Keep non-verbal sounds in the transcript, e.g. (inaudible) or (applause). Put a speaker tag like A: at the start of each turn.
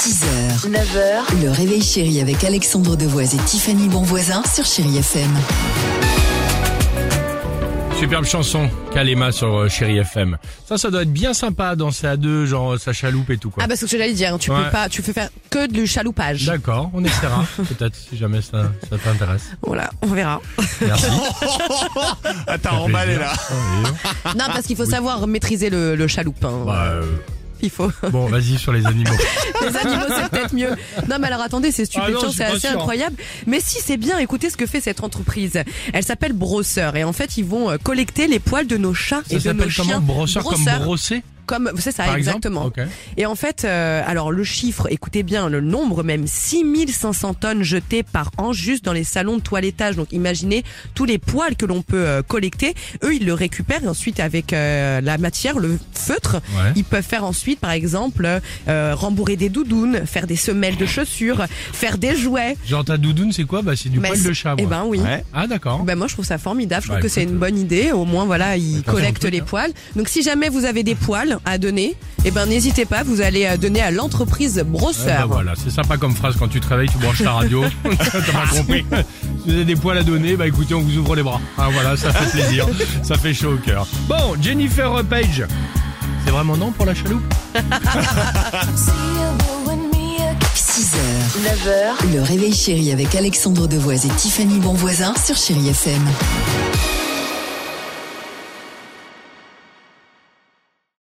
A: 6h, 9h, le réveil chéri avec Alexandre Devoise et Tiffany Bonvoisin sur Chéri FM.
B: Superbe chanson, Kalema sur euh, Chéri FM. Ça, ça doit être bien sympa, danser à deux, genre euh, sa chaloupe et tout quoi.
C: Ah bah c'est ce que j'allais dire, tu
B: Ouais.
C: peux pas, tu peux faire que du chaloupage.
B: D'accord, on essaiera,
C: (laughs)
B: peut-être, si jamais ça, ça t'intéresse.
C: Voilà, on verra.
B: Merci.
D: Ah, t'as
B: Ça fait
D: emballé là.
B: plaisir. Oh,
C: (laughs) Non, parce qu'il faut savoir maîtriser le, le chaloupe. hein.
B: bah, euh,
C: Il faut.
B: bon, vas-y sur les animaux.
C: Les animaux, c'est peut-être mieux. Non, mais alors attendez, c'est
B: Ah non,
C: stupéfiant,
B: je suis
C: c'est
B: pas
C: assez
B: sûr.
C: incroyable. Mais si, c'est bien, écoutez ce que fait cette entreprise. Elle s'appelle Brosseur et en fait, ils vont euh, collecter les poils de nos chats et
B: Ça
C: de nos
B: s'appelle
C: chiens.
B: comment Brosseur comme brosser
C: comme c'est ça,
B: par
C: exactement.
B: exemple Ok.
C: Et en fait, euh, alors le chiffre, écoutez bien, le nombre même, 6500 tonnes jetées par an juste dans les salons de toilettage. Donc imaginez tous les poils que l'on peut euh, collecter. Eux, ils le récupèrent et ensuite avec euh, la matière, le feutre.
B: Ouais.
C: Ils peuvent faire ensuite, par exemple, euh, rembourrer des doudounes, faire des semelles de chaussures, faire des jouets.
B: Genre ta doudoune, c'est quoi Bah, c'est du
C: Mais
B: poil
C: c'est-
B: de chat.
C: Eh
B: moi.
C: ben oui.
D: Ouais.
B: Ah d'accord.
C: Ben moi je trouve ça formidable, je
B: Bah,
C: trouve que c'est
B: écoute,
C: une bonne idée, au moins voilà,
B: t'as
C: ils
B: fait un
C: collectent
B: truc,
C: les
B: hein.
C: poils. Donc si jamais vous avez des poils à donner, eh ben n'hésitez pas, vous allez euh, donner à l'entreprise
B: Ah, bah,
C: brosseur.
B: voilà, c'est sympa comme phrase quand tu travailles, tu branches ta radio. (laughs) T'as pas compris. Si vous avez des poils à donner, bah écoutez, on vous ouvre les bras. Ah voilà, ça fait plaisir, ça fait chaud au cœur. Bon, Jennifer Page. C'est vraiment non pour la chaloupe
A: 6h, 9h, le réveil chéri avec Alexandre Devoise et Tiffany Bonvoisin sur Chéri FM.